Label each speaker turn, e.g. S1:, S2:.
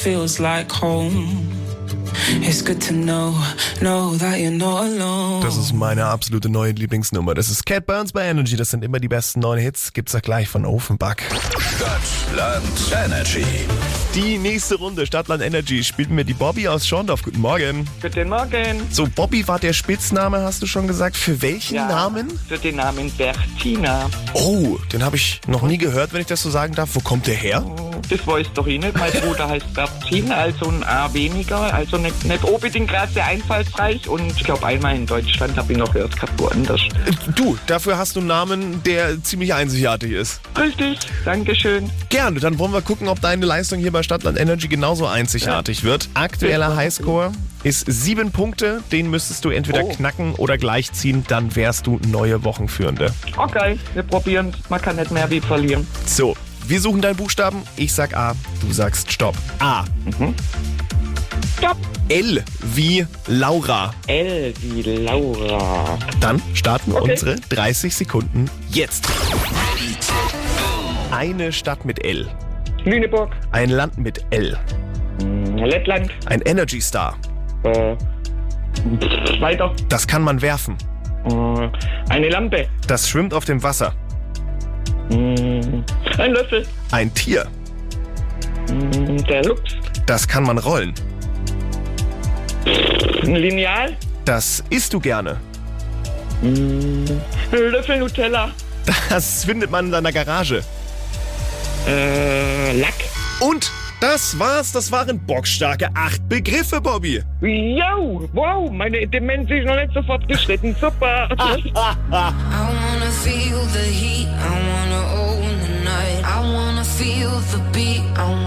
S1: feels like home. It's good to know, know that you're not alone.
S2: Das ist meine absolute neue Lieblingsnummer. Das ist Cat Burns bei Energy. Das sind immer die besten neuen Hits. Gibt's da gleich von Ofenback.
S3: Stadtland Energy.
S2: Die nächste Runde Stadtland Energy spielt mir die Bobby aus Schorndorf. Guten Morgen.
S4: Guten Morgen.
S2: So, Bobby war der Spitzname, hast du schon gesagt. Für welchen
S4: Ja,
S2: Namen?
S4: Für den Namen Bertina.
S2: Oh, den habe ich noch nie gehört, wenn ich das so sagen darf. Wo kommt der her?
S4: Das weiß doch ich nicht. Mein Bruder heißt Bertina, also ein A weniger. Also nicht, nicht unbedingt gerade sehr einfallsreich. Und ich glaube, einmal in Deutschland habe ich noch gehört, gehabt woanders.
S2: Äh, Du, dafür hast du einen Namen, der ziemlich einzigartig ist.
S4: Richtig, Dankeschön.
S2: Gerne, dann wollen wir gucken, ob deine Leistung hier bei Stadtland Energy genauso einzigartig wird. Aktueller Highscore ist sieben Punkte. Den müsstest du entweder
S4: Oh.
S2: knacken oder gleichziehen. Dann wärst du neue Wochenführende.
S4: Okay, wir probieren Man kann nicht mehr wie verlieren.
S2: So, wir suchen deinen Buchstaben. Ich sag A, du sagst Stopp. A.
S4: Stopp.
S2: L wie Laura.
S4: L wie Laura.
S2: Dann starten
S4: Okay.
S2: unsere 30 Sekunden jetzt. Eine Stadt mit L.
S4: Lüneburg,
S2: Ein Land mit L.
S4: Lettland,
S2: Ein Energy Star.
S4: äh, weiter.
S2: Das kann man werfen.
S4: Äh, Eine Lampe,
S2: Das schwimmt auf dem Wasser.
S4: Mm, ein Löffel,
S2: Ein Tier.
S4: Mm, der Luchs,
S2: Das kann man rollen.
S4: ein Lineal,
S2: Das isst du gerne.
S4: ein Löffel Nutella,
S2: Das findet man in deiner Garage.
S4: äh, Lack.
S2: Und das war's. Das waren bockstarke acht Begriffe, Bobby.
S4: Yo, wow, meine Demenz ist noch nicht so fortgeschritten. Super.
S5: I wanna feel the heat, I wanna own the night, I wanna feel the beat, I wanna